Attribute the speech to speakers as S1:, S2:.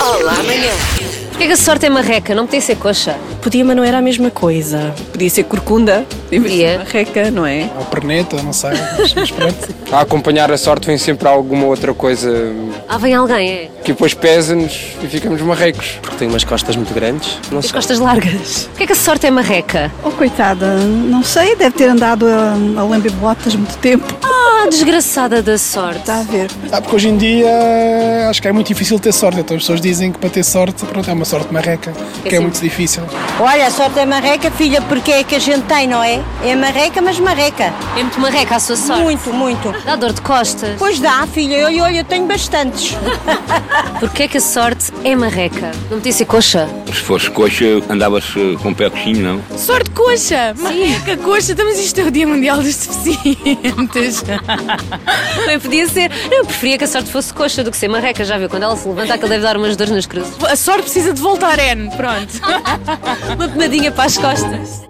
S1: Olá, amanhã.
S2: Porquê que a sorte é marreca? Não podia ser coxa.
S3: Podia, mas não era a mesma coisa. Podia ser corcunda,
S2: Podia.
S3: podia ser marreca, não é?
S4: Ou perneta, não sei. Mas, mas pronto.
S5: A acompanhar a sorte vem sempre alguma outra coisa
S2: Ah, vem alguém, é?
S5: que depois pesa-nos e ficamos marrecos.
S6: porque tenho umas costas muito grandes. Não
S2: As
S6: sei.
S2: costas largas. Porquê que a sorte é marreca?
S7: Oh, coitada, não sei, deve ter andado a, a lambibotas muito tempo.
S2: Ah, desgraçada da sorte.
S7: Está a ver.
S4: Ah, porque hoje em dia acho que é muito difícil ter sorte. Então as pessoas dizem que para ter sorte, pronto, é uma sorte marreca, que é
S2: assim.
S4: muito difícil.
S8: Olha, a sorte é marreca, filha, porque é que a gente tem, não é? É marreca, mas marreca.
S2: É muito marreca a sua sorte.
S8: Muito, muito.
S2: Dá dor de costas.
S8: Pois dá, filha, olha, olha, eu tenho bastantes.
S2: Porquê que a sorte é marreca? Não podia ser coxa?
S9: Se fosse coxa, andava-se com o pé coxinho, não?
S10: Sorte coxa! Marreca, coxa! Então, mas isto é o Dia Mundial dos Deficientes.
S2: Bem, podia ser. Não, eu preferia que a sorte fosse coxa do que ser marreca, já viu? Quando ela se levanta, que deve dar umas dores nas cruzes.
S10: A sorte precisa de voltar, N. Pronto.
S2: Uma penadinha para as costas.